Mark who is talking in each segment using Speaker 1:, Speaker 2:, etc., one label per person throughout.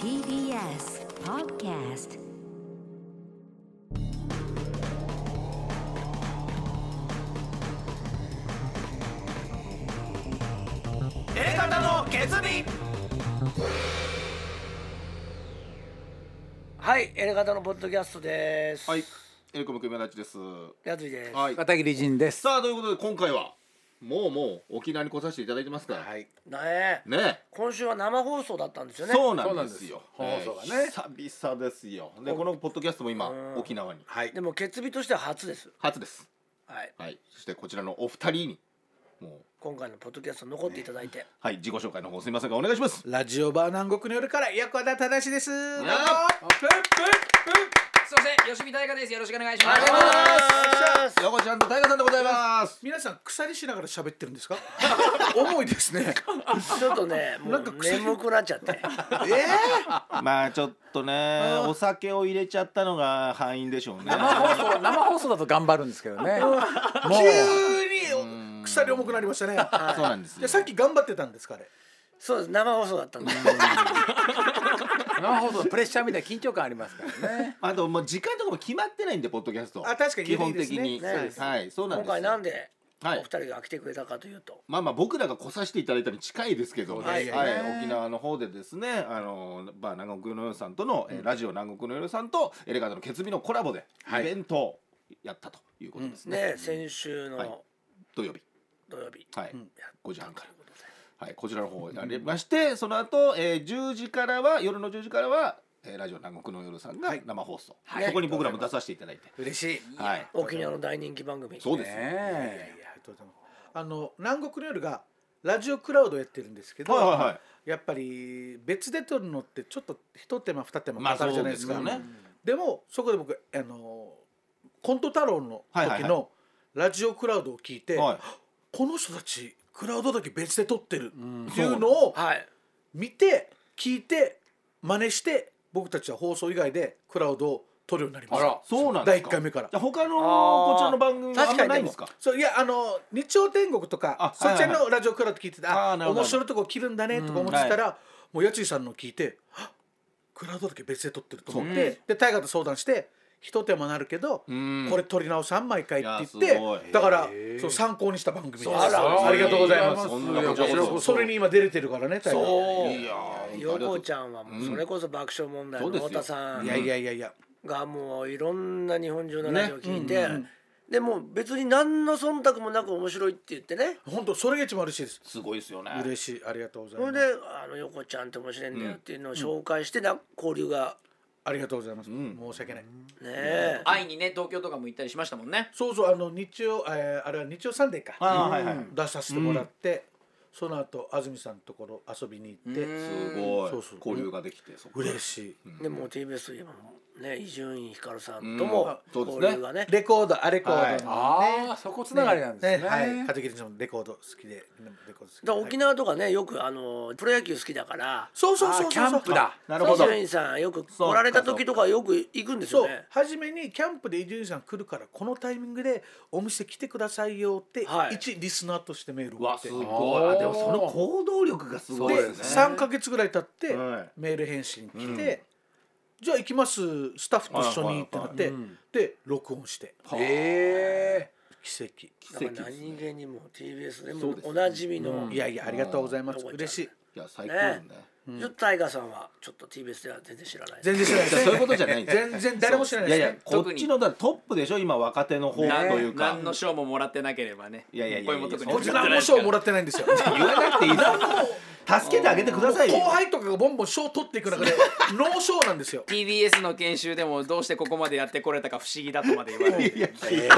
Speaker 1: TBS Podcast
Speaker 2: 方の決意
Speaker 3: はい、エレガタのポッドキャストです。
Speaker 2: はい、エレコム組立ちです。は
Speaker 3: やついです。
Speaker 2: い。
Speaker 4: 片桐仁です。
Speaker 2: さあということで今回はもうもう沖縄に来させていただいてますから。はい。
Speaker 3: ねえ、
Speaker 2: ね。
Speaker 3: 今週は生放送だったんですよね。
Speaker 2: そうなんですよ。
Speaker 4: そうなんですよ放送がね
Speaker 2: えー久々ですよ。でこのポッドキャストも今
Speaker 3: うん
Speaker 2: 沖縄に
Speaker 4: はい
Speaker 3: で。も決日としては初です。
Speaker 2: 初です。
Speaker 3: はい、
Speaker 2: はい。そしてこちらのお二人にもう
Speaker 3: 今回のポッドキャスト残っていただい て。
Speaker 2: はい自己紹介の方すみませんがお願いします。
Speaker 4: ラジオバー南国の夜から横田忠です。どうも
Speaker 2: やっ
Speaker 4: プップップッ
Speaker 5: すいません、吉見大河です。よろしくお願いしま
Speaker 2: あ
Speaker 5: す。
Speaker 2: りがとうございます。横ちゃんと大河さんでございます。
Speaker 4: 皆さん鎖しながら喋ってるんですか？ 重いです ね。
Speaker 3: ちょっとね、もう眠くなっちゃって。
Speaker 2: まあちょっとね お酒を入れちゃったのが敗因でしょ うね。
Speaker 4: 生放送生放送だと頑張るんですけどね。もう
Speaker 6: 急に鎖重くなりましたね。
Speaker 2: そうなんです
Speaker 6: じゃ
Speaker 2: よ。
Speaker 6: あさっき頑張ってたんですかあれ。
Speaker 3: そうです、生放送だった んで。
Speaker 4: 生放送のプレッシャーみたいな緊張感ありますからね。
Speaker 2: あともう時間とかも決まってないんでポッドキャスト。
Speaker 6: あ確かに
Speaker 2: 基本的に
Speaker 6: いいですね
Speaker 2: はいはいそうなん
Speaker 3: 今
Speaker 2: です
Speaker 3: 回
Speaker 2: よ。
Speaker 3: なんで、
Speaker 2: は
Speaker 3: お二
Speaker 2: い。
Speaker 3: 人が来てくれたかというと。
Speaker 2: まあまあ僕らが来させていただいたに近いですけど、
Speaker 3: は
Speaker 2: はいい、はい沖縄の方でですね、あのまあ南国の夜さんとの、えーラジオ南国の夜さんとエレガタの決日のコラボでイベントをやったということですね。
Speaker 3: ねえ、先週
Speaker 2: はい
Speaker 3: の
Speaker 2: 土曜日、
Speaker 3: 土曜日。
Speaker 2: はい、5時半から。はい、こちらの方やりまして、その後、えー、10時からは夜の10時からは、えーラジオ南国の夜さんが生放送、
Speaker 3: い
Speaker 2: そこに僕らも出させていただいて、
Speaker 4: 嬉しい。
Speaker 2: はい、
Speaker 3: 沖縄の大人気番組。
Speaker 2: そうですよ、
Speaker 4: ね
Speaker 6: ありがとうございますあの南国の夜がラジオクラウドやってるんですけど、
Speaker 2: はいはいはい
Speaker 6: やっぱり別で撮るのってちょっと一手間二手間
Speaker 2: まあ
Speaker 6: かかるじゃないですか。
Speaker 2: そうですよね
Speaker 6: でもそこで僕あのコント太郎の
Speaker 2: はいはい
Speaker 6: 時
Speaker 2: はい
Speaker 6: のラジオクラウドを聞いて、
Speaker 2: はい
Speaker 6: この人たちクラウドだけ別で撮ってるっていうのを
Speaker 3: はい。
Speaker 6: 見て聞いて真似して僕たちは放送以外でクラウドを取るようになりました
Speaker 2: そうなんですか
Speaker 6: 第1回目から
Speaker 2: じゃあ他の
Speaker 3: あー
Speaker 2: こちらの番組はあんまないんですか
Speaker 6: そういやあの日曜天国とか
Speaker 2: あ
Speaker 6: そっち
Speaker 2: はいはい
Speaker 6: のラジオクラウド聞いてて、
Speaker 2: あー
Speaker 6: あ
Speaker 2: なるほど
Speaker 6: 面白いとこ切るんだねとか思ってたら、もうやついさんの聞いてあクラウドだけ別で撮ってると思って、で大河と相談して一手間なるけど、
Speaker 2: ん
Speaker 6: これ撮り直さん毎回って
Speaker 2: いやす
Speaker 6: 言
Speaker 2: ご
Speaker 6: っ
Speaker 2: い
Speaker 6: てだからそう参考にした番組です
Speaker 3: あら
Speaker 6: ありがとうございます
Speaker 2: そんなこちらこそ
Speaker 6: それに今出れてるからね大河
Speaker 3: そう。
Speaker 2: いやー
Speaker 3: 横ちゃんはもうそれこそ爆笑問題の
Speaker 2: うん
Speaker 3: 太田さん
Speaker 6: いやいやいやいや
Speaker 3: がもういろんな日本中のラジオを聞いて、でもう別に何の忖度もなく面白いって言ってね
Speaker 6: 本当それが一番嬉しいです
Speaker 2: すごいですよね
Speaker 6: 嬉しいありがとうござい
Speaker 3: それで
Speaker 6: ま
Speaker 3: す「あの横ちゃんって面白いんだよ」っていうのを紹介してな交流が
Speaker 6: ありがとうございます、
Speaker 2: ん
Speaker 6: 申し訳ない
Speaker 3: ねえ
Speaker 5: 会いにね、東京とかも行ったりしましたもんね。
Speaker 6: そうそうあの日曜、えーあれは日曜サンデーか、
Speaker 2: あーはいはい
Speaker 6: 出させてもらって、その後安住さんのところ遊びに行って、
Speaker 2: すごい
Speaker 6: そうそう
Speaker 2: 交流ができてそこ
Speaker 6: 嬉しい、
Speaker 3: でもう TBS といえばもうね伊集院光さんとも
Speaker 2: そう
Speaker 3: 交
Speaker 2: ですね
Speaker 3: 流がね,、
Speaker 6: レコードあレコードの、
Speaker 4: ああ、そこつながりなんですね。
Speaker 6: はい片桐さんもレコード好きでレコード好きで
Speaker 3: だから沖縄とかねよくあのプロ野球好きだから
Speaker 6: そうそう
Speaker 4: あ
Speaker 6: そうそ
Speaker 4: ー
Speaker 6: う
Speaker 4: キャンプだ。
Speaker 2: なるほど
Speaker 3: 伊集院さんよく来られた時とかよく行くんです
Speaker 6: そ
Speaker 3: よ
Speaker 6: う
Speaker 3: ね
Speaker 6: 初めにキャンプで伊集院さん来るからこのタイミングでお店来てくださいよって、
Speaker 3: はい
Speaker 6: 一リスナーとしてメール
Speaker 2: う
Speaker 6: を
Speaker 2: わす
Speaker 6: 送って
Speaker 2: ごいあでもその行動力がすごい
Speaker 6: で
Speaker 2: ですね
Speaker 6: 3か月ぐらい経って
Speaker 2: はい
Speaker 6: メール返信来て、じゃあ行きますスタッフと一緒にってなって、で録音して
Speaker 4: え
Speaker 6: 奇跡、
Speaker 3: だ
Speaker 2: 奇
Speaker 3: から
Speaker 2: 跡です
Speaker 3: 何気にも TBS で
Speaker 2: そ
Speaker 3: も
Speaker 2: うです
Speaker 3: おなじみの、
Speaker 6: いやいやありがとうございます
Speaker 3: うん
Speaker 6: 嬉しい
Speaker 2: いや最高ですね
Speaker 3: ちょっとタイガーさんはちょっと TBS では全然知らない
Speaker 6: 全然知らない
Speaker 2: じゃあそういうことじゃないんですね
Speaker 6: 全然誰も知らない
Speaker 2: い
Speaker 6: で
Speaker 2: や
Speaker 6: す
Speaker 2: い
Speaker 6: ね
Speaker 2: やこっちのだってトップでしょ今若手の方というか
Speaker 5: 何の賞ももらってなければね。
Speaker 2: いやいやいや
Speaker 5: 声も特に
Speaker 2: こ
Speaker 6: こっち何も賞もらってないんですよ
Speaker 2: 言わなくていいです助けてあげてくださいよ
Speaker 6: 後輩とかがボンボン賞取っていく中でノー賞なんですよ
Speaker 5: TBS の研修でもどうしてここまでやってこれたか不思議だとまで言われて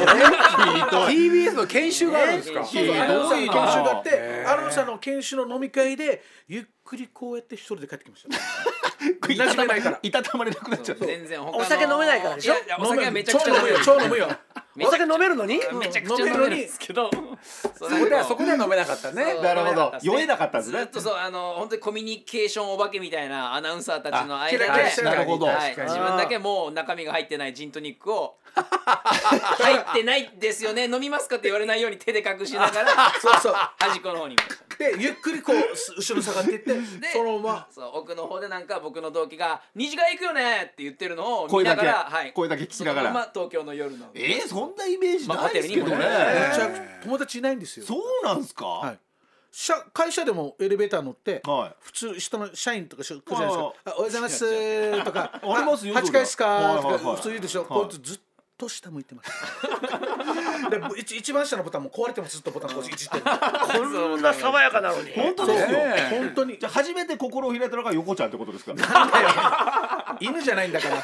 Speaker 4: え TBS の研修があるんですか。
Speaker 2: ひ
Speaker 6: そうそうアナウンサーの研修があっ
Speaker 4: ひど
Speaker 6: てアナウンサーの研修の飲み会でゆっくりこうやって一人で帰ってきました
Speaker 2: いたたまいたたまれなくなっちゃった
Speaker 5: 全然他の
Speaker 3: お酒飲めないからでしょ
Speaker 5: ややお酒はめちゃくちゃ
Speaker 6: 飲
Speaker 5: 飲
Speaker 6: む
Speaker 5: め
Speaker 6: よ
Speaker 5: る
Speaker 6: 超飲むよ
Speaker 3: お酒飲めるのに
Speaker 5: めちゃくちゃ飲めるんですけどそ
Speaker 4: そこではそこでは飲めなかったね。
Speaker 2: なるほど酔えなかったんです
Speaker 5: ず
Speaker 2: ね
Speaker 5: っとそうあの本当にコミュニケーションお化けみたいなアナウンサーたちの間
Speaker 6: あ
Speaker 5: で
Speaker 6: キラキラして
Speaker 2: なるほど
Speaker 5: はい、自分だけもう中身が入ってないジントニックを入ってないですよね飲みますかって言われないように手で隠しな がら
Speaker 6: そうそう
Speaker 5: 端っこの方に
Speaker 6: でゆっくりこうす後ろに下がっていって
Speaker 5: で
Speaker 6: そのまま
Speaker 5: そう奥の方でなんか僕の同期が「二次会行くよね」って言ってるのを見
Speaker 2: 声だ
Speaker 5: なが
Speaker 2: け、
Speaker 5: ら、はい、
Speaker 2: 声だけ聞きなが
Speaker 5: そのま
Speaker 2: ら
Speaker 5: ま東京の夜の
Speaker 2: えー、そんなイメージないですけどね、
Speaker 5: まあホテルにも
Speaker 6: めちゃく友達いないんですよ
Speaker 2: そうなんすか、
Speaker 6: は
Speaker 2: はい
Speaker 6: い社会社でもエレベーター乗って、
Speaker 2: はい
Speaker 6: 普通下の社員とか来るじゃないですか「あおはようございます」とか
Speaker 2: おはようございますよ
Speaker 6: 8階ですか?」
Speaker 2: はいはいは
Speaker 6: と
Speaker 2: い
Speaker 6: か普通言うでしょ、
Speaker 2: はい
Speaker 6: こいつずっと下向いてますで一一番下のボタンも壊れてますずっとボタンこういじってる
Speaker 3: こんな爽やかなのに
Speaker 2: 本当ですよ、
Speaker 4: ねえ
Speaker 6: 本当に
Speaker 2: じゃあ初めて心を開いたのが横ちゃんってことですから
Speaker 6: 犬じゃないんだから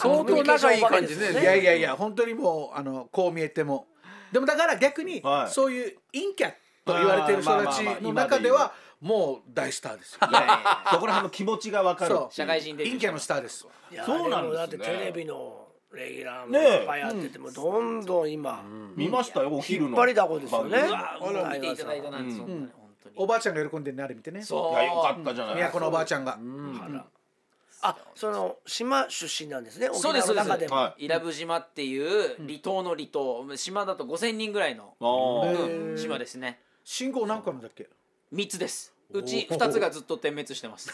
Speaker 4: 相当仲いい感じ
Speaker 3: ね
Speaker 6: い
Speaker 4: で
Speaker 6: やいやいや本当にもうあのこう見えてもでもだから逆に、
Speaker 2: はい
Speaker 6: そういう陰キャと言われてる人たちの中ではもう大スターですよ
Speaker 2: そこら辺の気持ちが分かる
Speaker 6: そう
Speaker 5: 社会人で
Speaker 6: 陰キャのスターです
Speaker 3: いや
Speaker 2: そうなんですね
Speaker 3: もだってテレビのレギュラーも
Speaker 2: ね
Speaker 3: いっぱいやっててもどんどん今
Speaker 2: 見ましたよお昼の
Speaker 3: 引っ張りだこですよね
Speaker 2: 番
Speaker 5: う
Speaker 2: 組
Speaker 5: わもう見ていただいたなんてそんなに本当に
Speaker 6: おばあちゃんが喜んでるねあれ見てね
Speaker 5: そう
Speaker 2: いやよかったじゃない
Speaker 6: 都のおばあちゃんが
Speaker 3: あその島出身なんですね沖
Speaker 5: そうです
Speaker 3: 縄の中でも
Speaker 2: はい
Speaker 5: 伊良部島っていう離島の離島島だと5,000人ぐらいの、
Speaker 2: あー
Speaker 5: うん島ですね
Speaker 6: 信号何個なんだっけ
Speaker 5: 3つですうち2つがずっと点滅してます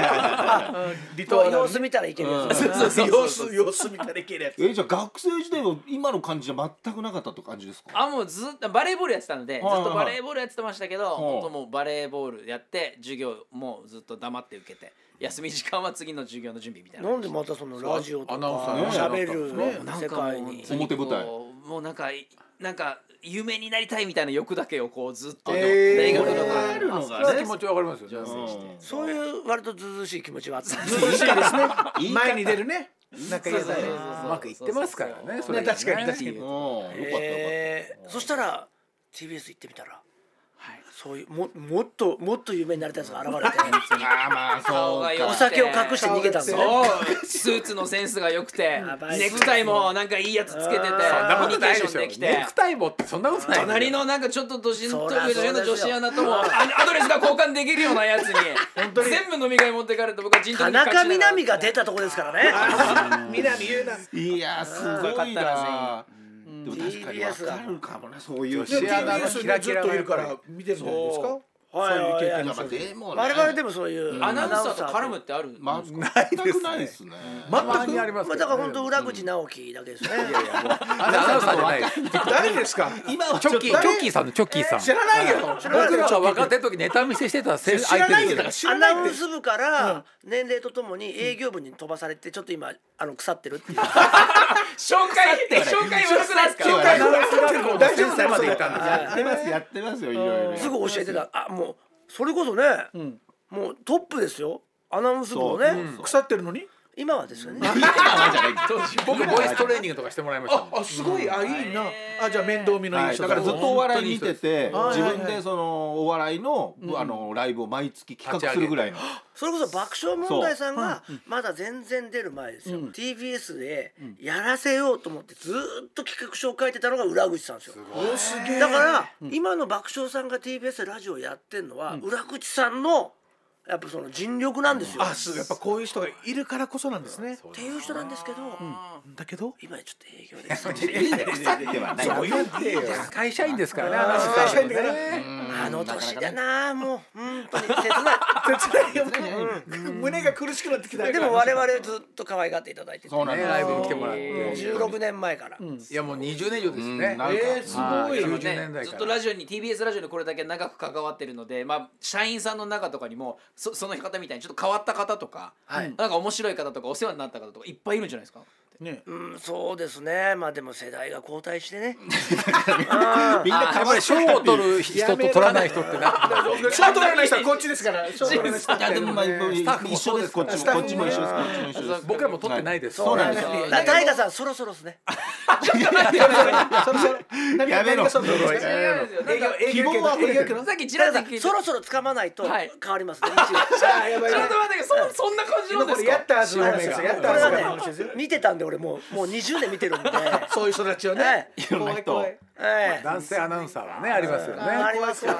Speaker 6: 離
Speaker 3: と様子見たらいけるやつ、
Speaker 5: そうそうそう
Speaker 6: 様子様子見たらいけるやつ
Speaker 2: えじゃあ学生時代は今の感じじゃ全くなかったって感じですか
Speaker 5: あもうずっとバレーボールやってたのでずっ
Speaker 2: はいはい
Speaker 5: とバレーボールやってましたけど
Speaker 2: い
Speaker 5: 本当もうバレーボールやって授業もずっと黙って受けて休み時間は次の授業の準備みたい な
Speaker 3: なんでまたそのラジオとか
Speaker 4: アナウンサー
Speaker 2: ね
Speaker 3: しゃべる
Speaker 5: なん
Speaker 3: 世
Speaker 5: かもう
Speaker 3: 界に
Speaker 5: 本当
Speaker 2: 表
Speaker 5: にこう
Speaker 2: 舞台
Speaker 5: もうなんかなんか有名になりたいみたいな欲だけをこうずっと
Speaker 2: え
Speaker 6: ー
Speaker 5: 大学と
Speaker 2: これ
Speaker 5: か
Speaker 2: があるの
Speaker 4: そ
Speaker 2: が
Speaker 4: の気
Speaker 2: ね
Speaker 4: 持ちわかりますよね
Speaker 2: うん
Speaker 3: そういう割とずうずうしい気持ちはあったんです
Speaker 6: 涼しいですね前に出るね仲良いね
Speaker 4: うまくいってますからねそれ
Speaker 6: ね確かに確かに
Speaker 2: うんよかったよかった
Speaker 3: えーそしたら TBS 行ってみたら、そういうももっともっと有名になりたいやつが現れて
Speaker 2: あーまあ
Speaker 5: 顔が
Speaker 2: そう
Speaker 5: 良
Speaker 2: か
Speaker 3: お酒を隠して逃げたんだよ
Speaker 5: そうスーツのセンスが良くて
Speaker 3: ばい
Speaker 5: ネクタイもなんかいいやつつけててコミ
Speaker 4: そんなこ
Speaker 5: ュ
Speaker 4: と
Speaker 5: ニケー
Speaker 4: ない
Speaker 5: ショ
Speaker 4: で
Speaker 5: ン
Speaker 4: しょ
Speaker 5: できて
Speaker 4: ネクタイもってそんなことない
Speaker 5: 隣のなんかちょっと年
Speaker 3: そ
Speaker 5: 上
Speaker 3: りゃそうですよ
Speaker 5: の女子アナともあアドレスが交換できるようなやつに全部飲み会持ってかれて僕は陣
Speaker 3: 田
Speaker 5: 取りに隠しな
Speaker 3: 中み
Speaker 5: が
Speaker 3: な
Speaker 5: ら
Speaker 3: 実が出たとこですからね
Speaker 6: 南優奈
Speaker 2: いやすごいなでも確かに分かるかもねそういう
Speaker 4: 女子アナの
Speaker 6: TBS にずっといるから見てるんじゃないですか
Speaker 3: はいはいはい
Speaker 2: まあでもね
Speaker 3: 我々でもそういう
Speaker 5: アナウンサーと絡むってある
Speaker 2: ま
Speaker 5: ず
Speaker 2: 全くないですね
Speaker 4: 全くあり
Speaker 3: ま
Speaker 4: ます
Speaker 3: あだから本当裏口直樹だけですね
Speaker 4: アナウンサーじゃないです
Speaker 6: 誰ですか
Speaker 2: 今は
Speaker 4: チョッキーチョッキーさんのチョッキーさん
Speaker 6: 知らないよ
Speaker 4: 僕らが若手の時ネタ見せしてた先
Speaker 6: 知ら
Speaker 4: 相
Speaker 6: ないよ
Speaker 4: 手
Speaker 6: だから
Speaker 4: です
Speaker 6: 知
Speaker 4: よ
Speaker 3: ア
Speaker 6: らない
Speaker 3: ナウ
Speaker 6: っ
Speaker 3: ン
Speaker 6: て
Speaker 3: ス部から年齢とともに営業部に飛ばされてちょっと今あの腐ってるっていう
Speaker 5: 紹介 って紹介悪くないですか
Speaker 2: 紹介
Speaker 4: アナウンス学校の先生まで行ったんですよ
Speaker 2: やってますやってますよいろいろ
Speaker 3: すぐ教えてたあもうそれこそね
Speaker 6: ん
Speaker 3: もうトップですよアナウンス部の
Speaker 2: そう
Speaker 3: ね
Speaker 6: 腐ってるのに
Speaker 3: 今はですよね
Speaker 4: 僕ボイストレーニングとかしてもらいましたもん
Speaker 6: あすごいあいいなあじゃあ面倒見のいい
Speaker 2: はい、
Speaker 6: 人
Speaker 2: だからずっとお笑い見てて
Speaker 6: 本当
Speaker 2: 自
Speaker 6: にそうです
Speaker 2: 分でそのお笑いの,、あのライブを毎月企画するぐらいの
Speaker 3: それこそ爆笑問題さんがまだ全然出る前ですよ、TBS でやらせようと思ってずーっと企画書を書いてたのが裏口さんですよ
Speaker 6: おすげえ
Speaker 3: だから今の爆笑さんが TBS ラジオやってんのは裏口さんのやっぱその尽力なんですよ
Speaker 6: あすやっぱこういう人がいるからこそなんですね
Speaker 3: っていう人なんですけど、
Speaker 6: だけど
Speaker 3: 今ちょっと営業で腐って
Speaker 2: 腐ってはない
Speaker 6: そう言ってよ
Speaker 4: 会社員ですからねアナウンス
Speaker 6: 会社員
Speaker 4: で
Speaker 6: だから
Speaker 3: あの年だなあもう本当に切な
Speaker 6: 切ないよ 胸が苦しくなってきた
Speaker 3: いでも我々ずっと可愛がっていただいてて
Speaker 2: そうなんです
Speaker 4: ライブに来てもらって
Speaker 3: 16年前から、
Speaker 4: いやもう20年以上です
Speaker 2: うん
Speaker 4: ね
Speaker 2: なんか
Speaker 6: えーす
Speaker 4: は
Speaker 6: ごい
Speaker 5: ね
Speaker 4: 90年代
Speaker 5: ずっ
Speaker 4: か
Speaker 5: と
Speaker 4: ら
Speaker 5: ラジオに TBS ラジオにこれだけ長く関わってるので、まあ、社員さんの中とかにもそその方みたいにちょっと変わった方とか、
Speaker 3: はい
Speaker 5: なんか面白い方とかお世話になった方とかいっぱいいるんじゃないですか
Speaker 6: ね
Speaker 3: うん、そうですねまあでも世代が交代してね
Speaker 2: みんな
Speaker 4: や
Speaker 2: か
Speaker 4: っぱ
Speaker 2: わ
Speaker 4: り
Speaker 2: い
Speaker 4: 賞を取る人と取らない人ってな
Speaker 6: ショートラインの人はこっちですから ショートラインの人
Speaker 2: いやでもまあ一緒ですこっちもこっちも一緒ですこっちも一緒です
Speaker 4: 僕らも取ってないです
Speaker 2: そうなんですよ
Speaker 3: だ大河さんそろそろですね
Speaker 6: そろそろ何
Speaker 2: やめろ
Speaker 6: 何がそろそろ
Speaker 2: 呪い
Speaker 6: です
Speaker 5: 違うんですよなんか
Speaker 6: 営業営業権だ
Speaker 2: 希望は溢れてる
Speaker 6: 営業権だ
Speaker 5: さっきちら
Speaker 3: 大
Speaker 5: っと
Speaker 3: 河さん
Speaker 5: 聞いて
Speaker 3: そろそろ捕まないと
Speaker 5: はい
Speaker 3: 変わりますね、道が
Speaker 6: あーやばい
Speaker 5: ち
Speaker 6: やばい
Speaker 5: ょっと待ってくださいそそんな感じなん
Speaker 6: 今
Speaker 5: で
Speaker 6: こ
Speaker 5: す
Speaker 6: れ
Speaker 5: か
Speaker 6: やったし
Speaker 4: 白
Speaker 6: 目が
Speaker 4: 目が
Speaker 6: や
Speaker 3: これが
Speaker 6: ったら白目が
Speaker 3: ね見てたんで俺もうもう20年見てるんで、
Speaker 6: そういう人たちを
Speaker 3: ね
Speaker 6: ね
Speaker 2: いろんな人
Speaker 6: 怖い怖い
Speaker 3: ええ
Speaker 4: 男性アナウンサーはねありますよね
Speaker 3: ありますよね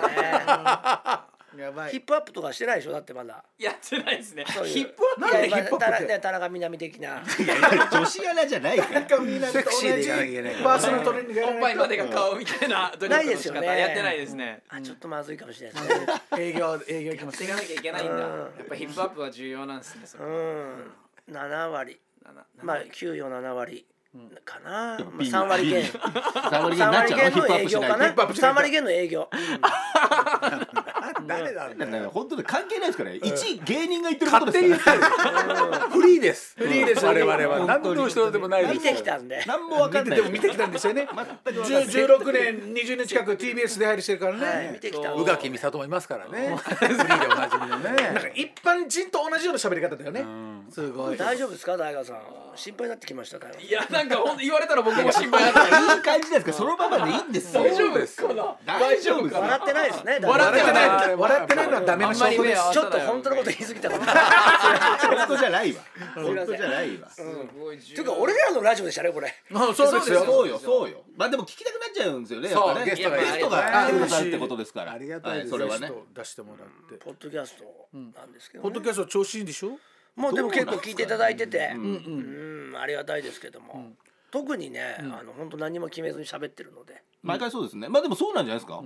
Speaker 6: やばい
Speaker 3: ヒップアップとかしてないでしょだってまだ
Speaker 5: やってないですね
Speaker 3: そういう
Speaker 5: ヒップアップ
Speaker 6: なんでヒップアップっ
Speaker 3: 田
Speaker 6: て
Speaker 3: 中田中みな実的な
Speaker 2: 女子アナじゃない から
Speaker 4: セクシーでいかなきゃいけない
Speaker 6: パーソナルトレーニングや
Speaker 5: お
Speaker 6: ら
Speaker 5: っ
Speaker 6: な
Speaker 5: ぱ
Speaker 6: い
Speaker 5: い
Speaker 6: と
Speaker 5: までが顔みたいな努力
Speaker 3: ないで
Speaker 5: の
Speaker 3: す
Speaker 5: 仕
Speaker 3: よ
Speaker 5: 方
Speaker 3: ね
Speaker 5: やってないですね
Speaker 3: あちょっとまずいかもしれないですね
Speaker 6: 営業営業行きま
Speaker 5: やっ
Speaker 6: す
Speaker 5: ていかなきゃいけないんだ
Speaker 3: うん
Speaker 5: やっぱヒップアップは重要なんですねそこ
Speaker 3: うん7割
Speaker 5: なな
Speaker 3: まあ給与7割かな、まあ、
Speaker 2: ピン
Speaker 3: 3割減
Speaker 2: 3
Speaker 3: 3
Speaker 2: 割減になっ
Speaker 3: 割
Speaker 2: ちゃう
Speaker 3: 減
Speaker 2: ヒッ
Speaker 3: の
Speaker 2: プアッ
Speaker 3: 営
Speaker 2: プし
Speaker 3: 業
Speaker 2: ない
Speaker 3: か
Speaker 2: と
Speaker 3: な3割減の営業
Speaker 4: 誰なん
Speaker 2: だ
Speaker 4: だ
Speaker 2: か
Speaker 4: よ
Speaker 2: ら本当に関係ないですからね一芸人が言ってることですから
Speaker 4: フリーですフ
Speaker 6: リーです
Speaker 4: 我々は
Speaker 2: 本
Speaker 4: 何
Speaker 2: 当に
Speaker 4: の後ろでもないです
Speaker 3: 見てきたんで
Speaker 2: 何もわかんない
Speaker 6: でも見てきたんですよ ね
Speaker 2: 全くわかんない
Speaker 6: 16年20年近く TBS で入りしてるからね、
Speaker 3: はい見てきたんで
Speaker 4: 宇垣美里もいますからねフリーでおなじみの
Speaker 6: なんか
Speaker 4: ね
Speaker 6: 一般人と同じような喋り方だよね、すごい
Speaker 3: 大丈夫ですか大河さん心配になってきました大河さん
Speaker 5: いやなんかほんと言われたら僕も心配だった
Speaker 2: いい感じなんですからそのままでいいんですよ
Speaker 5: 大丈夫ですか
Speaker 2: 大丈夫か
Speaker 3: 笑
Speaker 2: な
Speaker 3: ってないですね
Speaker 5: 笑ってはない
Speaker 3: 大河さん
Speaker 6: 笑ってないのはダメ
Speaker 5: あ
Speaker 6: なん
Speaker 5: まり目合わ
Speaker 3: ち
Speaker 5: せ
Speaker 3: ょっと
Speaker 5: ないよう
Speaker 3: 本
Speaker 5: に
Speaker 3: 当のこと言い過ぎたこと
Speaker 2: 本当じゃないわ
Speaker 3: すい
Speaker 2: 本
Speaker 3: ません
Speaker 2: 当じゃないわ
Speaker 5: すごい
Speaker 3: て
Speaker 5: 重
Speaker 3: い
Speaker 5: 要
Speaker 3: うか俺らのラジオでしたねこれ
Speaker 6: あそうですよ
Speaker 2: そうよそうよまあでも聞きたくなっちゃうんですよねやっぱね
Speaker 4: そうゲストが
Speaker 2: ゲストが
Speaker 5: や
Speaker 2: 来
Speaker 5: っぱ
Speaker 2: てくださるってことですから
Speaker 4: ありがたいです
Speaker 2: はそれはね
Speaker 6: 出してもらって
Speaker 3: ポッドキャストなんですけど
Speaker 6: ポッ
Speaker 3: ね
Speaker 6: ドキャスト調子いいんでしょ
Speaker 3: もうでも結構聞いていただいててう
Speaker 2: うん
Speaker 3: んありがたいですけども特にねあの本当何も決めずに喋ってるので
Speaker 2: 毎回そうですねまあでもそうなんじゃないですか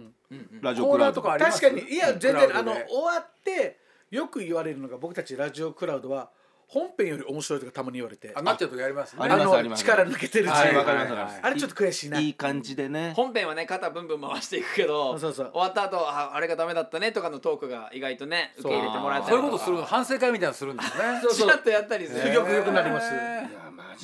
Speaker 2: ラジオ
Speaker 4: コ
Speaker 2: ク
Speaker 4: ーナ
Speaker 2: ラ
Speaker 4: ー
Speaker 2: ウ
Speaker 4: と
Speaker 2: ド
Speaker 4: かありま
Speaker 6: 確
Speaker 4: す
Speaker 6: かにいや全
Speaker 4: クラウ
Speaker 6: 然
Speaker 4: ドで
Speaker 6: あの終わってよく言われるのが僕たちラジオクラウドは本編より面白いとかたまに言われて
Speaker 4: あなっちゃう時ありますね
Speaker 2: あります
Speaker 6: の力抜けてるし、
Speaker 2: はいわかりますわかります
Speaker 6: あれちょっと悔しいない
Speaker 2: い感じでね
Speaker 5: 本編はね肩ブンブン回していくけど
Speaker 6: そうそう
Speaker 5: 終わった後ああれがダメだったねとかのトークが意外とね受け入れてもらえた
Speaker 4: そ
Speaker 5: り
Speaker 4: ういうことするの
Speaker 5: とか
Speaker 4: 反省会みたいなのするんですね
Speaker 5: ちらっとやったりする
Speaker 6: よくよくなります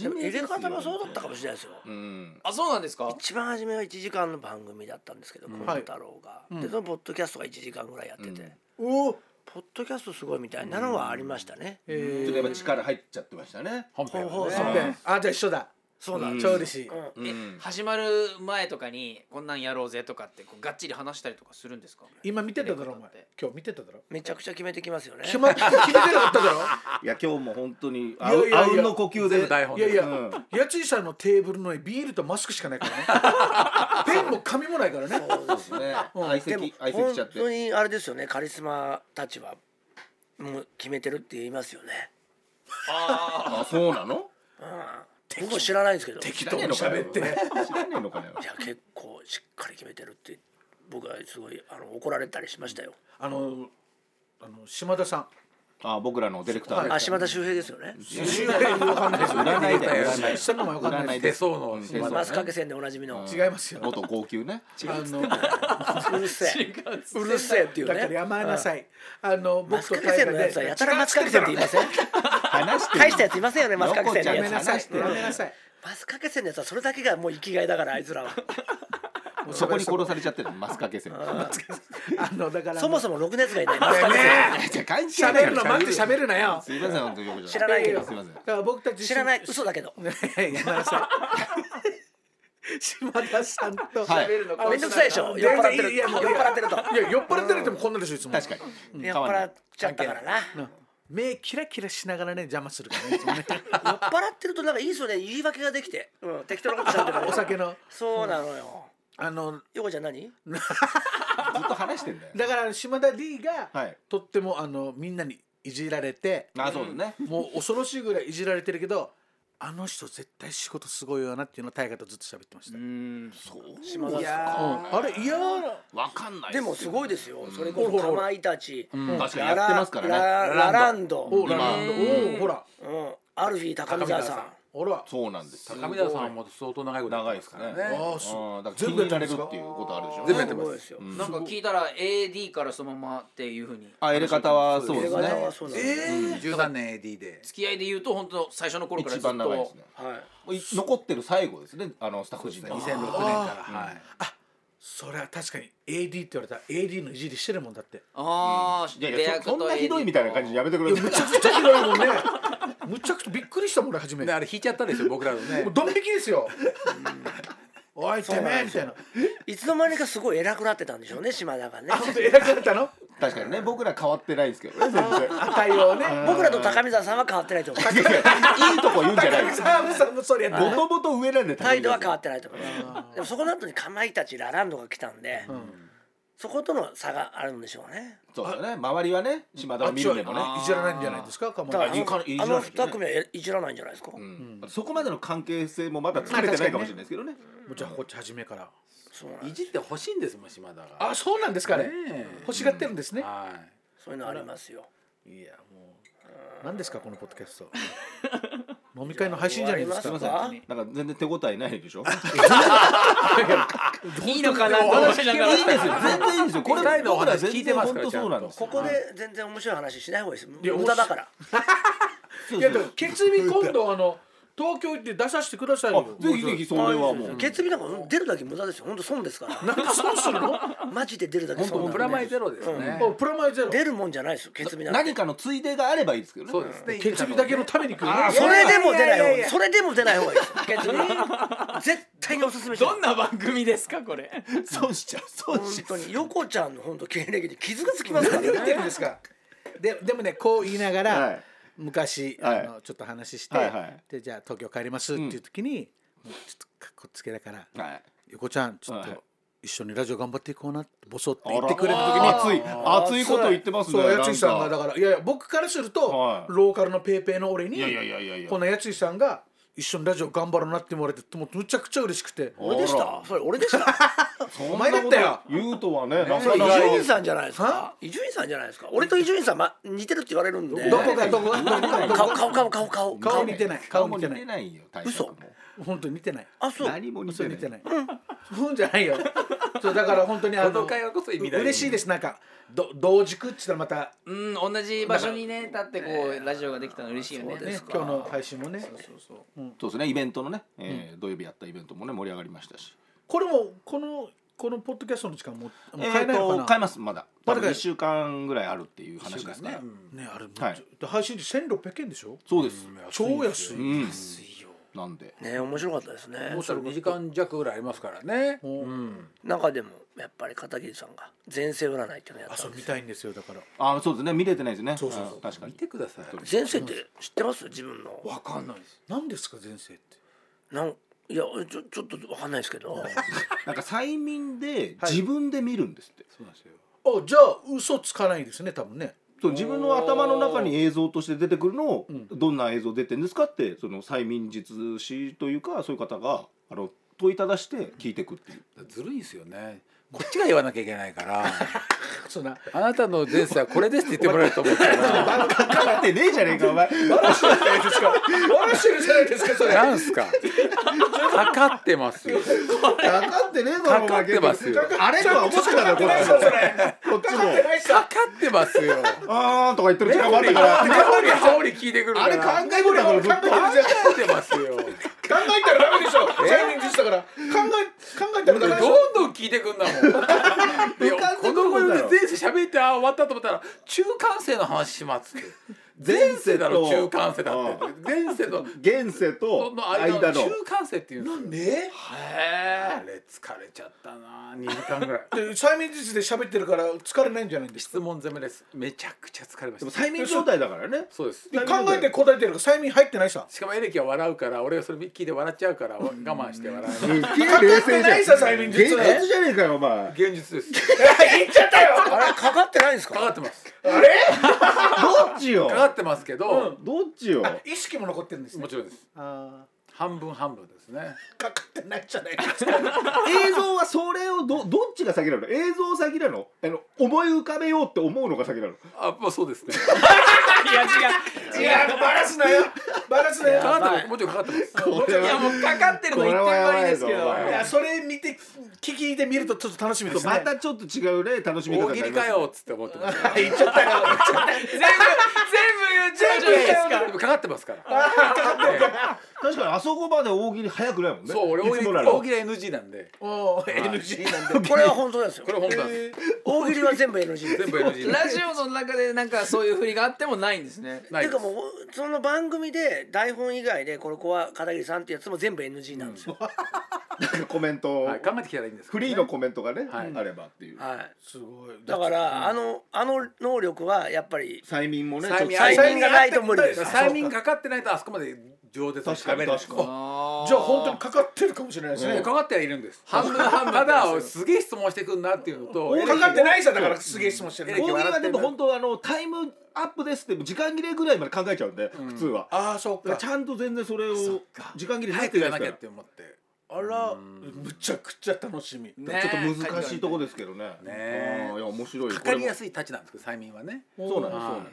Speaker 2: い
Speaker 3: で
Speaker 2: や真
Speaker 3: も
Speaker 2: 面
Speaker 3: 入
Speaker 2: 目です
Speaker 3: れ
Speaker 2: よ
Speaker 3: 方もそうだったかもしれないですよ
Speaker 2: うん
Speaker 5: あそうなんですか
Speaker 3: 一番初めは1時間の番組だったんですけど孝太郎がでそのポッドキャストが1時間ぐらいやってて
Speaker 6: おお
Speaker 3: ポッドキャストすごいみたいなのはありましたね
Speaker 2: ちょ
Speaker 6: え
Speaker 2: っとやっぱ力入っちゃってましたね
Speaker 4: 本編は
Speaker 3: 本
Speaker 4: ね
Speaker 3: 放
Speaker 6: ー、
Speaker 3: 送
Speaker 6: 本編あじゃあ一緒だ
Speaker 3: そうなん
Speaker 6: 超嬉しい、
Speaker 3: うん
Speaker 2: うん
Speaker 5: え始まる前とかにこんなんやろうぜとかってこうがっちり話したりとかするんですか
Speaker 6: 今見てただろお
Speaker 5: 入れ方っ
Speaker 6: 前
Speaker 5: て
Speaker 6: 今日見てただろ
Speaker 3: めちゃくちゃ決めてきますよね
Speaker 6: 決まって決めてなかっただろ
Speaker 2: いや今日も本当にあ
Speaker 6: やいやいや
Speaker 2: うんの呼吸
Speaker 4: 全
Speaker 2: で
Speaker 4: 部台本
Speaker 6: いやい
Speaker 2: う
Speaker 6: や、
Speaker 2: ん
Speaker 6: 家賃さんのテーブルの上ビールとマスクしかないからね。ペンも紙もないからね。
Speaker 2: そうですね相
Speaker 3: でも
Speaker 2: 席相席
Speaker 3: 本
Speaker 2: しちゃって
Speaker 3: 当にあれですよねカリスマたちはもう決めてるって言いますよね、
Speaker 5: あ
Speaker 2: あそうなの
Speaker 3: うん、僕も知らないんですけどい
Speaker 2: 知
Speaker 6: 適
Speaker 2: らねえのかよ
Speaker 6: 喋って。
Speaker 2: 知らねえのかよ
Speaker 3: や結構しっかり決めてるって僕はすごいあの怒られたりしましたよ、
Speaker 6: あの、あの島田さん。
Speaker 2: あ僕らのディレクター
Speaker 3: あ島田秀平ですよね
Speaker 6: 周辺わかんないですよね。
Speaker 2: 占いだよ占い
Speaker 6: 下の名前わかんな
Speaker 2: 占
Speaker 6: い
Speaker 2: いで
Speaker 6: で
Speaker 4: 手相の
Speaker 2: 手相
Speaker 3: マスカ
Speaker 2: ね
Speaker 3: ケ線でおなじみの、
Speaker 6: す。違いますよ。
Speaker 2: 元号泣ね
Speaker 6: あの、
Speaker 3: うるせ
Speaker 5: あ違
Speaker 3: え
Speaker 5: う
Speaker 3: うるせえっていう
Speaker 6: だから
Speaker 3: ね
Speaker 6: やまなさい。あの、
Speaker 3: マ
Speaker 6: 僕
Speaker 3: ス
Speaker 6: と
Speaker 3: カケ線のやつはやたらマスカケ線って言いません
Speaker 2: 話して
Speaker 3: 大したやついませんよねマスカケ線の
Speaker 6: や
Speaker 3: や
Speaker 6: め
Speaker 3: つ
Speaker 6: なさい。
Speaker 2: 話して
Speaker 6: やめなさい。
Speaker 3: マスカケ線のやつはそれだけがもう生きがいだからあいつらは
Speaker 2: そこに殺されちゃってるマスカケ線
Speaker 6: あの、だから。
Speaker 3: そも
Speaker 6: そ
Speaker 3: そもろくなやつがいないマスカケ
Speaker 6: ね
Speaker 3: 線
Speaker 2: じゃ関係ない
Speaker 6: 喋るの待って喋るなよ。
Speaker 2: すいません本当によくじゃ
Speaker 3: 知らないけど
Speaker 2: すいません
Speaker 6: だから僕たち
Speaker 3: 知らない嘘だけど
Speaker 6: ねえやめなさい島田さんと
Speaker 2: はい
Speaker 5: 喋るの
Speaker 3: めんどくさいでしょ酔っ払ってる
Speaker 6: いや
Speaker 3: 酔
Speaker 6: も
Speaker 3: っ
Speaker 6: う
Speaker 3: 払ってると
Speaker 6: いや酔っ払ってるってもこんなでしょいつも
Speaker 2: 確かに
Speaker 3: 酔っ払っちゃったからな
Speaker 6: うん目キラキラしながらね邪魔するからねいつ もね
Speaker 3: 酔っ払ってるとなんかいいですよね言い訳ができて、うん、適当なことしちゃってるから
Speaker 6: お酒の
Speaker 3: そうなのよ
Speaker 6: あの
Speaker 3: ヨコちゃん何
Speaker 2: ずっと話してんだよ
Speaker 6: だから島田 D が、
Speaker 2: はい
Speaker 6: とってもあのみんなにいじられて
Speaker 2: あそうだね
Speaker 6: もう恐ろしいぐらいいじられてるけどあの人絶対仕事すごいよなっていうのを大河とずっと喋ってました、
Speaker 5: ん
Speaker 3: 島田
Speaker 2: い
Speaker 3: さ
Speaker 2: や
Speaker 6: うんあれ嫌な
Speaker 2: わかんなんい
Speaker 3: でもすごいですよそれこそ
Speaker 6: ほら
Speaker 3: か
Speaker 6: ほら
Speaker 3: まいたち
Speaker 2: 確かに
Speaker 3: ラ
Speaker 2: やってま
Speaker 3: ラ
Speaker 2: すからね
Speaker 3: ララランド
Speaker 6: お
Speaker 3: う
Speaker 6: ラランドおおほら
Speaker 3: んアルフィー高見沢さん
Speaker 6: ほら
Speaker 2: そうなんです
Speaker 4: 高見田さんも相当長いことやって
Speaker 2: 長いで
Speaker 4: ま
Speaker 2: すかね
Speaker 6: ああそう
Speaker 2: うんだから気
Speaker 6: 全
Speaker 2: に
Speaker 6: 部や
Speaker 2: 入られ
Speaker 6: ってるんで
Speaker 2: る
Speaker 6: すか
Speaker 2: っていうことあるでしょ
Speaker 4: 全部やって
Speaker 3: す
Speaker 4: ます
Speaker 3: ごいですよ
Speaker 5: なんか聞いたら AD からそのままっていうふうに
Speaker 2: あ入れ方はそう
Speaker 3: 映
Speaker 2: です
Speaker 3: 画
Speaker 2: ね
Speaker 3: 館はそうなのよ
Speaker 4: 13年 AD で
Speaker 5: 付き合いで言うと本当最初の頃からず
Speaker 2: 一
Speaker 5: っと
Speaker 2: 番長いですね
Speaker 3: はい
Speaker 2: 残ってる最後ですねあのスタッフ陣
Speaker 4: 2006
Speaker 2: が
Speaker 4: 年からはい
Speaker 6: それは確かに AD って言われたら AD のいじりしてるもんだって
Speaker 5: ああ
Speaker 2: いやいやそそんなひどいみたいな感じでやめてく
Speaker 6: い
Speaker 2: れ
Speaker 6: やむちゃくちゃひどいもんねむちゃくちゃびっくりしたもん俺初め
Speaker 4: であれ引いちゃったでしょ僕らのね
Speaker 6: もうドン引きですよおいてめえみたいない
Speaker 3: つの間にかすごい偉くなってたんでしょうね島田がね
Speaker 6: あ本当偉くなったの
Speaker 2: 確かにね僕ら変わってないんですけどね全然
Speaker 6: 対応ね
Speaker 3: 僕らと高見沢さんは変わってないと思う
Speaker 2: いやいやいいとこ言うんじゃない
Speaker 6: 高
Speaker 2: で
Speaker 6: 見
Speaker 2: す
Speaker 6: 沢さんもそれやっ
Speaker 2: も
Speaker 6: て
Speaker 2: ともと上なんで
Speaker 3: 態度は変わ
Speaker 2: っ
Speaker 3: ってないと思うでもそこの後にかまいたちラランドが来たんで、そことの差があるんでしょうね
Speaker 2: そうだね周りはね島田
Speaker 6: あ
Speaker 2: を
Speaker 6: っ
Speaker 2: 見
Speaker 6: ち
Speaker 2: る
Speaker 6: は
Speaker 2: でもね
Speaker 5: あ
Speaker 6: いじらないんじゃないですかかま
Speaker 3: だから
Speaker 2: あいかいじら
Speaker 3: あ
Speaker 2: な
Speaker 3: の
Speaker 2: いですね
Speaker 3: 二組はいじらないんじゃないですか、
Speaker 2: うんそこまでの関係性もまだ作れてないかもしれないですけどね
Speaker 6: じゃあこっち初めから
Speaker 3: そうなんで
Speaker 4: い
Speaker 3: す
Speaker 4: じってほしいんですもん島田が。
Speaker 6: あそうなんですかね
Speaker 4: ねえ
Speaker 6: 欲しがってるんですね
Speaker 4: は
Speaker 3: そういうのありますよ
Speaker 6: いやもう何ですかこのポッドキャスト飲み会の配信じゃないです
Speaker 2: すい
Speaker 6: か
Speaker 2: ませんなんか全然手応えないでしょ
Speaker 5: いいのかなと思いながら
Speaker 2: いいんですよ全然いいんですよこれ
Speaker 4: 二人のお
Speaker 2: 僕ら
Speaker 4: 話
Speaker 2: 全
Speaker 4: 聞いて
Speaker 2: 然
Speaker 4: ます
Speaker 2: 本
Speaker 4: から
Speaker 2: 当そうなんです
Speaker 3: ここで全然面白い話しない方がいいです
Speaker 6: や
Speaker 3: 無駄だから
Speaker 2: そう
Speaker 6: いや
Speaker 2: そう
Speaker 6: でもケツミ今度あの東京行って出させてくださいよ
Speaker 2: あぜひぜひそれはもう
Speaker 3: 決備なんかうん出るだけ無駄ですよ本当損ですから
Speaker 6: なんでそうするの
Speaker 3: マジで出るだけ損
Speaker 4: い。
Speaker 3: な
Speaker 4: プラ
Speaker 3: ん
Speaker 4: マ
Speaker 3: で
Speaker 4: イゼロですね。
Speaker 6: おプラマイゼロ
Speaker 3: 出るもんじゃないですよ決備なんて
Speaker 2: 何かのついでがあればいいですけどね
Speaker 4: そうですね。
Speaker 6: ケツミだけのために来る
Speaker 2: あ
Speaker 3: それでも出ない
Speaker 4: いやいやい
Speaker 3: 方が
Speaker 4: やい
Speaker 3: いい
Speaker 4: や
Speaker 3: それでも出ない方がいいです決備絶対におすすめしない
Speaker 5: どんな番組ですかこれ
Speaker 2: 損しちゃう損し
Speaker 3: 本
Speaker 2: ちゃ
Speaker 3: 当に横ちゃんの本当経歴で傷がつきます からね
Speaker 6: んですかででもねこう言いなが
Speaker 2: う
Speaker 6: ら、
Speaker 2: はい
Speaker 6: 昔、
Speaker 2: はい
Speaker 6: あのちょっと話して、
Speaker 2: はいはい
Speaker 6: でじゃあ東京帰りますっていう時に、もうちょっとかっこつけだから
Speaker 2: はい
Speaker 6: 「横ちゃんちょっ
Speaker 2: はい
Speaker 6: と一緒にラジオ頑張っていこうな」ってボソって
Speaker 2: あ
Speaker 6: 言
Speaker 2: ら
Speaker 6: ってくれた時に
Speaker 2: 熱い熱いこと言ってますね
Speaker 6: そうやついさん
Speaker 2: な
Speaker 6: が
Speaker 2: ん
Speaker 6: だ
Speaker 2: か
Speaker 6: からいやいや僕からすると、
Speaker 2: はい
Speaker 6: ローカルのペーペーの俺に
Speaker 2: いやいやいやいやいや
Speaker 6: このやついさんが一緒にラジオ頑張ろうなって言われてもうむちゃくちゃ嬉しくて
Speaker 3: 俺でし
Speaker 2: あ
Speaker 3: た
Speaker 2: ら
Speaker 3: それ俺でした
Speaker 2: そんなこと
Speaker 6: お前だったよ
Speaker 2: 言うとはねな
Speaker 3: そ
Speaker 2: か
Speaker 3: れ伊
Speaker 2: な
Speaker 3: 集
Speaker 2: か
Speaker 3: 院さんじゃないですか伊集院さんじゃないですか俺と伊集院さん、ま、似てるって言われるんで
Speaker 6: どこがどこがどこがどこ
Speaker 3: 顔顔顔顔顔
Speaker 6: 顔似てない顔
Speaker 2: 顔も
Speaker 6: 似
Speaker 2: 似
Speaker 6: て
Speaker 2: て
Speaker 6: な
Speaker 2: な
Speaker 6: い
Speaker 2: いよ対
Speaker 3: 嘘
Speaker 2: 策も
Speaker 6: 本当に似てない
Speaker 3: あそう
Speaker 2: 何も似
Speaker 6: そ
Speaker 2: て
Speaker 6: れ
Speaker 2: な
Speaker 6: 似
Speaker 2: い
Speaker 6: てないそうじゃないよそうだから本当にあ
Speaker 4: こ
Speaker 6: の
Speaker 4: の会話こそ意味ない。
Speaker 6: 嬉しいですなんかど同軸って言ったらまた
Speaker 5: うん同じ場所にね立ってこうラジオができたの嬉しいよね
Speaker 6: ね今日の配信もね
Speaker 5: そうそう
Speaker 2: そうですねイベントのね、えー土曜日やったイベントもね盛り上がりましたし、
Speaker 6: これもこのこのポッドキャストの時間ももう
Speaker 2: え
Speaker 6: 変えな
Speaker 2: ー
Speaker 6: いのか
Speaker 2: と
Speaker 6: な
Speaker 2: 変え、ますまだ多
Speaker 6: まだ変
Speaker 2: 分
Speaker 6: える
Speaker 2: 1週間ぐらいあるっていう話ですから、
Speaker 4: ね。
Speaker 6: ねあれもう、
Speaker 2: はい
Speaker 6: 配信で1600円でしょ
Speaker 2: そうです、
Speaker 6: 超安い、
Speaker 2: うん
Speaker 5: いよ
Speaker 2: なんで
Speaker 3: ね面白かったですね
Speaker 4: もうすぐ二時間弱ぐらいありますからね。うん。
Speaker 3: 中でもやっぱり片桐さんが前世占いっていうのや
Speaker 6: あ
Speaker 3: った
Speaker 6: そ
Speaker 3: ん
Speaker 6: う
Speaker 3: で
Speaker 6: 見
Speaker 3: す
Speaker 6: たいんですよだから
Speaker 2: あそうですね見れてないですねそう
Speaker 6: そうそう
Speaker 2: 確かに
Speaker 4: 見てください。
Speaker 3: 前世って知ってます自分の
Speaker 5: わかんないです
Speaker 6: 何ですか前世って
Speaker 3: なんいやちょちょっとわかんないですけど
Speaker 2: なんか催眠で自分で見るんですって、
Speaker 4: そうなんですよ。
Speaker 6: あじゃあ嘘つかないですね多分ね
Speaker 2: そう自分の頭の中に映像として出てくるのを、どんな映像出てんですかってその催眠術師というかそういう方があの問いただして聞いてくっていう、
Speaker 4: ずるいですよね。こっちが言わなきゃいけない から。
Speaker 6: そんな
Speaker 4: あなたの前世はこれですって言ってもらえると思ったら。
Speaker 2: あかかってねえじゃねえかお前
Speaker 6: 嵐じゃないですか嵐じゃないですかそれ
Speaker 4: なんすか。かかってますよ。
Speaker 2: かかってねえぞ
Speaker 4: かかってますよ。
Speaker 2: あれとは思ってたんだよこっちこっちも
Speaker 4: かかってますよ。
Speaker 2: あーんとか言ってる時間もあったから
Speaker 4: 根掘り葉掘り聞いてくる
Speaker 2: あ
Speaker 4: か
Speaker 2: れ
Speaker 4: ら。
Speaker 2: 考
Speaker 4: 考
Speaker 2: えてたからずっと
Speaker 4: えてますよ。
Speaker 6: 考えたらダメでしょ催眠術だから考え考えたらダメでしょ
Speaker 4: どんどん聞いてくんだもん。 いやこの声で前世喋ってあ終わったと思ったら中間生の話しますって。前世だろ中間生だって。前世の
Speaker 2: 現世と
Speaker 4: の間
Speaker 2: 間の
Speaker 4: の中間生っていうの。
Speaker 6: ね
Speaker 4: あれ疲れちゃったな。二時間ぐらい。
Speaker 6: で催眠術で喋ってるから疲れないんじゃないん ですか
Speaker 4: 質問攻めです。めちゃくちゃ疲れま
Speaker 2: でも
Speaker 4: した。
Speaker 2: 催眠状態だからね
Speaker 4: そうです。
Speaker 6: で考えて答えてるから催眠入ってないさ
Speaker 4: しかもエレキは笑うから俺はそれ聞いて笑っちゃうから我慢して笑う。
Speaker 2: すげえ冷
Speaker 6: かかってないさ催眠術
Speaker 2: 現実じゃねえかよお前
Speaker 4: 現実です。
Speaker 6: 言っちゃったよ
Speaker 3: あれかかってないんです
Speaker 4: か
Speaker 3: か
Speaker 4: かってます。
Speaker 2: どっちよ
Speaker 4: かかってますけど、
Speaker 2: どっちよ
Speaker 6: 意識も残ってるんですね
Speaker 4: もちろんです。
Speaker 6: あ
Speaker 4: 半分半分ですね。
Speaker 6: ーかかってないじゃないですか
Speaker 2: 映像はそれをどどっちが先なの映像先なのあの思い浮かべようって思うのが先なの
Speaker 4: あ、まあそうですね。
Speaker 5: いや違
Speaker 6: いやバラすなよバラすなよ
Speaker 4: かかって
Speaker 6: い
Speaker 4: ます。もちろんかかってます。
Speaker 2: これ
Speaker 5: ういやもうかかってるの一点張りです
Speaker 2: こ
Speaker 5: け
Speaker 2: れはやばいぞお
Speaker 5: ど
Speaker 2: 前
Speaker 6: やそれ見て聞いてみるとちょっと楽しみですね
Speaker 2: またちょっと違うね楽しみ方
Speaker 4: 大
Speaker 2: に
Speaker 4: 喜
Speaker 2: なり
Speaker 4: 利
Speaker 2: ま
Speaker 4: か
Speaker 2: す
Speaker 4: よっつって思ってます。
Speaker 6: 言っちゃったよ
Speaker 5: 全部全部言っちゃうじゃないですか
Speaker 4: でもかかってますから。
Speaker 2: 確かにあそこまで大喜利早くないもんね
Speaker 4: そう、俺大
Speaker 2: い
Speaker 4: 喜
Speaker 2: つ
Speaker 4: 利
Speaker 2: もなら
Speaker 4: 大喜利 NG なんで。
Speaker 6: おー NG なんで
Speaker 3: これは本当ですよ
Speaker 4: これ本当なんです。
Speaker 3: 大喜利は全部 NG
Speaker 4: 全部 NG なん
Speaker 5: ラ
Speaker 4: で。
Speaker 5: ジオの中でなんかそういう振りがあってもないんですね
Speaker 4: な
Speaker 3: て
Speaker 4: い
Speaker 3: い
Speaker 4: で
Speaker 3: うか
Speaker 4: す
Speaker 3: もうその番組で台本以外でこれこは片桐さんってやつも全部 NG なんですよ、
Speaker 2: コメントを
Speaker 4: はい、考えてきたらいいんです
Speaker 2: フ
Speaker 4: けどね
Speaker 2: リーのコメントがね、
Speaker 4: はい
Speaker 2: あればっていう
Speaker 3: はい
Speaker 6: すごい
Speaker 3: だからあのあの能力はやっぱり
Speaker 2: 催眠もね
Speaker 4: 催眠
Speaker 2: ちょっ
Speaker 3: 催眠がないと無理です
Speaker 4: 催眠かかってないとあそこまで上手
Speaker 2: と
Speaker 4: しゃべれない
Speaker 2: 確かに確か
Speaker 5: あ
Speaker 2: にじゃあ本当にかかってるかもしれないです
Speaker 4: も
Speaker 2: ね
Speaker 4: うかかってはいるんです半分半分ただすげえ質問してくんなっていうのと
Speaker 6: かかってない人だからすげえ質問してる
Speaker 4: う
Speaker 2: 大喜
Speaker 4: ん
Speaker 2: 利はでも本当あのタイムアップですって時間切れぐらいまで考えちゃうんで、普通は
Speaker 6: ああそうか
Speaker 2: ちゃんと全然それを
Speaker 4: そっか
Speaker 2: 時間切れにな
Speaker 4: 早
Speaker 2: っ
Speaker 4: く
Speaker 2: て
Speaker 4: や
Speaker 2: る
Speaker 4: らなき
Speaker 2: か
Speaker 4: ゃ
Speaker 2: ら
Speaker 4: って思ってね
Speaker 6: あらむちゃくちゃ楽しみ
Speaker 5: ね
Speaker 2: ちょっと難しいとこですけどね
Speaker 4: え
Speaker 2: うんいや面白い
Speaker 4: かかりや
Speaker 2: い
Speaker 4: すいたちなんですけど催眠はね
Speaker 2: そうなんです
Speaker 4: はい
Speaker 2: そうなんで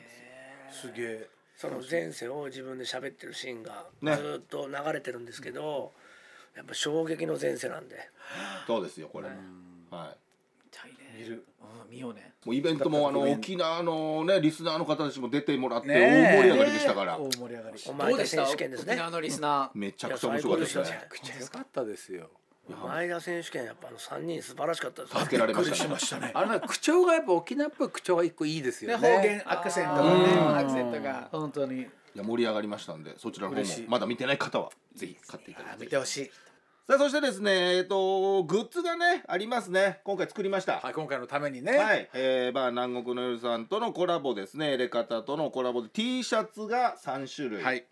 Speaker 2: す
Speaker 6: すげえ
Speaker 3: その前世を自分で喋ってるシーンが
Speaker 2: ね
Speaker 3: ずっと流れてるんですけど、やっぱ衝撃の前世なんで
Speaker 2: そうですよこれ、はい
Speaker 6: 見る
Speaker 5: うん見ようね
Speaker 2: もうイベントもあの沖縄のねリスナーの方たちも出てもらって
Speaker 4: ね
Speaker 2: 大
Speaker 4: え
Speaker 2: 盛り上がりでしたから、
Speaker 6: 大盛り上がり
Speaker 3: お
Speaker 5: ど
Speaker 3: 前
Speaker 5: う
Speaker 3: 田
Speaker 5: でした
Speaker 3: 選手権です
Speaker 5: 沖
Speaker 3: ね
Speaker 5: 縄のリスナー
Speaker 2: めちゃくちゃ面白かったで
Speaker 3: い
Speaker 2: す
Speaker 3: や最
Speaker 2: ね
Speaker 3: 高で
Speaker 4: めちゃくちゃ良かったですよ
Speaker 3: 前田選手権やっぱあの三人素晴らしかったです
Speaker 2: 助けられま
Speaker 6: びっく
Speaker 2: した
Speaker 6: りし
Speaker 2: ね
Speaker 6: ましたね
Speaker 4: あのなんか口調がやっぱ沖縄っぽい口調が一個いいですよね
Speaker 6: 方言アクセントが
Speaker 5: うん
Speaker 6: ね
Speaker 5: アクセントが
Speaker 6: 本当に
Speaker 2: いや盛り上がりましたんでそちらの方も
Speaker 6: 嬉しい
Speaker 2: まだ見てない方はぜひ買っていただ
Speaker 6: あ
Speaker 2: いて
Speaker 6: 見てほしい
Speaker 2: さあそしてですねえっとグッズがねありますね今回作りました
Speaker 4: はい今回のためにね
Speaker 2: はい、えー、まあ南国の夜さんとのコラボですねエレカタとのコラボで T シャツが3種類
Speaker 4: はい、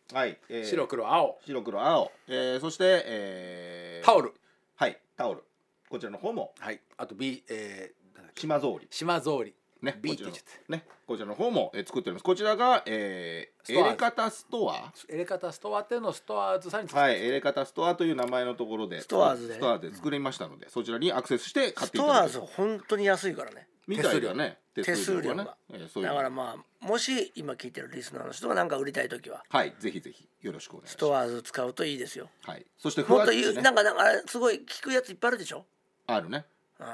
Speaker 2: えー
Speaker 4: 白黒青
Speaker 2: 白黒青、えー、そして、えー、
Speaker 4: タオ
Speaker 2: ル
Speaker 4: ル
Speaker 2: はいタオルこちらの方も
Speaker 4: はいあと B えーなんだっけ
Speaker 2: 島ぞうり
Speaker 4: 島草履
Speaker 2: ね
Speaker 4: B
Speaker 2: こ
Speaker 4: っ
Speaker 2: ち
Speaker 4: て
Speaker 2: らの
Speaker 4: 言っちゃっ
Speaker 2: ねこちらの方も、えー、作っておりますこちらが、えー、
Speaker 4: スト
Speaker 2: エ
Speaker 4: アーズ
Speaker 2: レカタストア
Speaker 4: たエレカタストアっていうのをストアーズさんに作っ
Speaker 2: はい、エレカタストアという名前のところで
Speaker 3: ストアーズで
Speaker 2: ストアで作りましたので、そちらにアクセスして買っ
Speaker 3: ス
Speaker 2: ていた
Speaker 3: トア
Speaker 2: だ
Speaker 3: ー
Speaker 2: け
Speaker 3: ズ
Speaker 2: る
Speaker 3: 本当に安いからね
Speaker 2: みたいだね
Speaker 3: 手数料
Speaker 2: 手ね
Speaker 3: が、
Speaker 2: えーそういう
Speaker 3: だ
Speaker 2: の
Speaker 3: からまあもし今聞いてるリスナーの人が何か売りたい時は
Speaker 2: はいぜひぜひよろしくお願いし
Speaker 3: ス
Speaker 2: ま
Speaker 3: トアーズ使うといいですよ
Speaker 2: すはいそしてふ
Speaker 3: も
Speaker 2: わ
Speaker 3: っ
Speaker 2: っ
Speaker 3: と
Speaker 2: ち
Speaker 3: 言う、
Speaker 2: ね
Speaker 3: なんかなんかあれすごい聞くやついっぱいあるでしょ、
Speaker 2: あるね
Speaker 3: うん、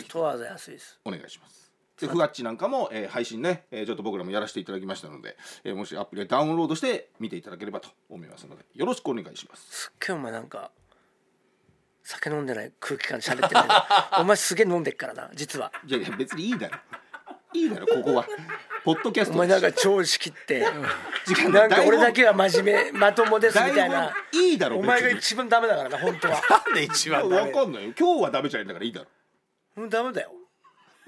Speaker 3: ス
Speaker 2: ひ
Speaker 3: トアーズ安いです
Speaker 2: お願いします。でフガッチなんかも、えー配信ね、えーちょっと僕らもやらせていただきましたので、えーもしアプリでダウンロードして見ていただければと思いますのでよろしくお願いします。
Speaker 3: すっげえお前なんか酒飲んでない空気感で喋ってる けどお前すげえ飲んでっからな実は
Speaker 2: じゃあ別にいいだろいいだろここ はポッドキャス
Speaker 3: お
Speaker 2: ト
Speaker 3: 前な
Speaker 2: で
Speaker 3: ん
Speaker 2: す
Speaker 3: か調子切って
Speaker 2: 時間
Speaker 3: なんか俺だ
Speaker 2: け
Speaker 3: けは真面目まともですみたいな
Speaker 2: ないいだろ
Speaker 3: お前が
Speaker 2: 別
Speaker 3: 一番ダメだからな本当 は
Speaker 4: たで一
Speaker 2: にわかんないよ今日はダメじゃないんだからいいだろ
Speaker 3: うんダメだよ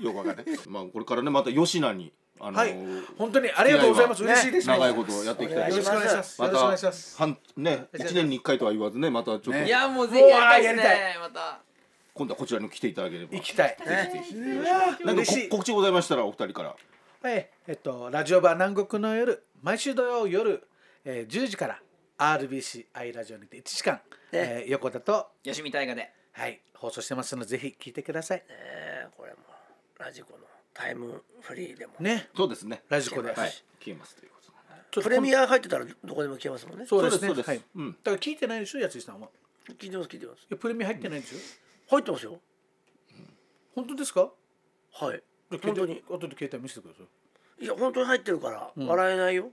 Speaker 2: よくわかんない。 まあこれからねまた吉菜にあの
Speaker 6: はい本当にありがとうございます
Speaker 2: 付き合
Speaker 6: 嬉しいです
Speaker 2: 長いことやっていきたい
Speaker 3: お
Speaker 2: と
Speaker 6: よ
Speaker 2: 思
Speaker 6: ろ
Speaker 2: い
Speaker 6: し
Speaker 2: ま
Speaker 6: く
Speaker 2: す
Speaker 6: お
Speaker 2: ま
Speaker 6: 願いしますよろしくお願
Speaker 2: た
Speaker 6: いします
Speaker 2: 半ね一年に一回とは言わずねまたちょっと、
Speaker 4: ね
Speaker 5: いやもうぜひやりたいです
Speaker 6: もうあーや
Speaker 5: ねまた
Speaker 2: 今度はこちらに来ていただければ
Speaker 6: 行きたい
Speaker 2: ぜひぜひなんか
Speaker 6: 嬉
Speaker 2: こ
Speaker 6: しい
Speaker 2: 告知ございましたらお二人から
Speaker 6: はい、えっと、ラジオ版南国の夜、毎週土曜夜、えー、10時から RBC アイラジオにて1時間、えー横田と、
Speaker 5: 吉見大河で
Speaker 6: はい、放送してますので、ぜひ聞いてください。
Speaker 3: えーこれもラジコのタイムフリーでも
Speaker 6: ね、
Speaker 2: そうですね
Speaker 6: ラジコ
Speaker 2: は
Speaker 6: で。
Speaker 2: い消えますということで
Speaker 3: プレミア入ってたらどこでも聞けますもんね
Speaker 6: そうです
Speaker 2: そ
Speaker 6: ね。
Speaker 2: うですそ
Speaker 6: はいう
Speaker 2: ですうん
Speaker 6: だから聞いてないでしょ、やついさんは。い
Speaker 3: 聞いてます聞いてます
Speaker 6: やプレミア入ってないんですよ。
Speaker 3: 入ってますよ
Speaker 6: 本当ですか
Speaker 3: はい
Speaker 6: 本
Speaker 3: 本
Speaker 6: 当
Speaker 3: 当
Speaker 6: に
Speaker 3: に。
Speaker 6: 後で携帯見せてください。
Speaker 3: いや本当に入ってるから笑えないよ、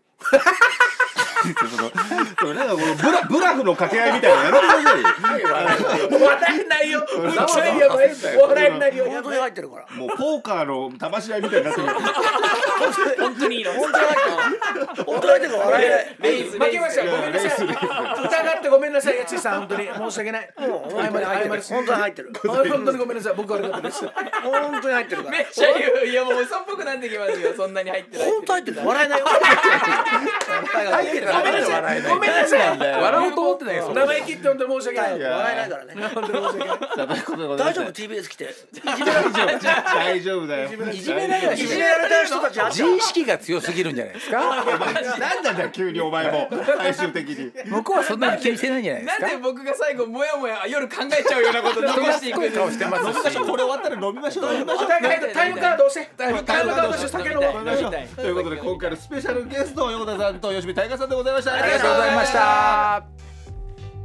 Speaker 2: そのそのなんかこのブラ ブラフの掛け合いみたいなのやめてくださいよ
Speaker 6: 笑えないよ。笑えやばい。笑えないよ。
Speaker 3: 本当に入ってるから
Speaker 2: もうポーカーの騙し合いみたいになってる
Speaker 5: 本当にいいの
Speaker 3: 本当に入ってる本当に入ってるから笑えない
Speaker 5: レイズ
Speaker 6: 負けました。
Speaker 5: レイ
Speaker 6: ごめんなさい。疑ってごめんなさい、やついさん、本当に申し訳ない。
Speaker 3: もう本当に入ってる本当に入ってる
Speaker 6: 本当にごめんなさい僕悪かったです
Speaker 3: 本当に入ってるから
Speaker 5: めっちゃ言ういやもう嘘っぽくなってきますよそんなに入ってない
Speaker 3: 本当入ってるから笑えないよ
Speaker 4: 入ってた
Speaker 6: ごめんなさいごめんなさい
Speaker 4: 笑おうと思ってないよそれ
Speaker 6: 生意気って本当に申し訳ない
Speaker 2: や
Speaker 3: 笑えないからね
Speaker 6: 本当に申し訳ない
Speaker 2: 大
Speaker 3: 大丈夫 TBS 来て
Speaker 2: 大丈夫だよ
Speaker 4: いじめられない
Speaker 3: いじめられた人たちあっちゃ
Speaker 4: 自意識が強すぎるんじゃないですか
Speaker 2: なんなんだよ急にお前も最終的に
Speaker 4: 向こうはそんなに気にしてないんじゃないです
Speaker 5: なん
Speaker 4: か
Speaker 5: で僕が最後もやもや夜考えちゃうようなこと残していくんですか
Speaker 4: してますし
Speaker 2: これ終わったら飲みましょう飲みましょ
Speaker 6: お互いのタイムカード押せタイムカード押せ酒飲もう
Speaker 2: う飲みましょうということで今回のスペシャルゲスト横田さんと吉見大河さんでございましたあ
Speaker 4: ありがとうございました